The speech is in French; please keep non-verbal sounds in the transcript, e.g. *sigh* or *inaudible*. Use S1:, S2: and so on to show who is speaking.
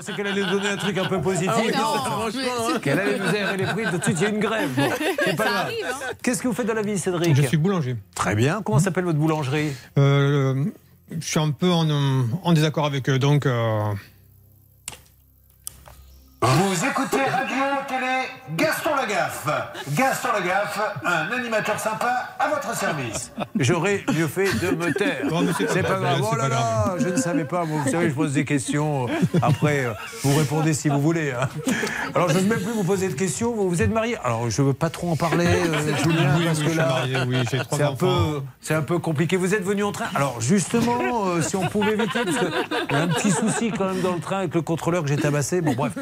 S1: C'est qu'elle allait donner un truc un peu positif.
S2: Ah oui, non,
S1: franchement,
S2: mais
S1: hein. Qu'elle allait nous aérer les prix. Tout de suite, il y a une grève. Bon, c'est pas
S2: Ça
S1: grave.
S2: arrive, hein.
S1: Qu'est-ce que vous faites dans la vie, Cédric
S3: Je suis boulanger.
S1: Très bien. Comment s'appelle votre boulangerie
S3: Euh, je suis un peu en, euh, en désaccord avec eux, donc euh,
S4: Vous écoutez Radio Télé Gaston Lagaffe. Gaston Lagaffe, un animateur sympa à votre service.
S1: J'aurais mieux fait de me taire.
S3: Non, mais c'est
S1: C'est
S3: pas
S1: pas
S3: grave,
S1: grave.
S3: c'est
S1: Oh là
S3: pas
S1: là, je ne savais pas. Moi, vous savez, je pose des questions. Après, euh, vous répondez si vous voulez. hein. Alors, je ne veux même plus vous poser de questions. Vous, vous êtes marié Alors, je ne veux pas trop en parler, euh, Julien,
S3: oui, oui,
S1: parce
S3: je
S1: que
S3: suis
S1: là.
S3: marié, oui,
S1: *laughs*
S3: j'ai trois
S1: C'est un,
S3: enfants.
S1: peu, c'est un peu compliqué. Vous êtes venu en train. Alors, justement, euh, si on pouvait éviter, parce qu'il y a un petit souci quand même dans le train avec le contrôleur que j'ai tabassé. Bon, bref.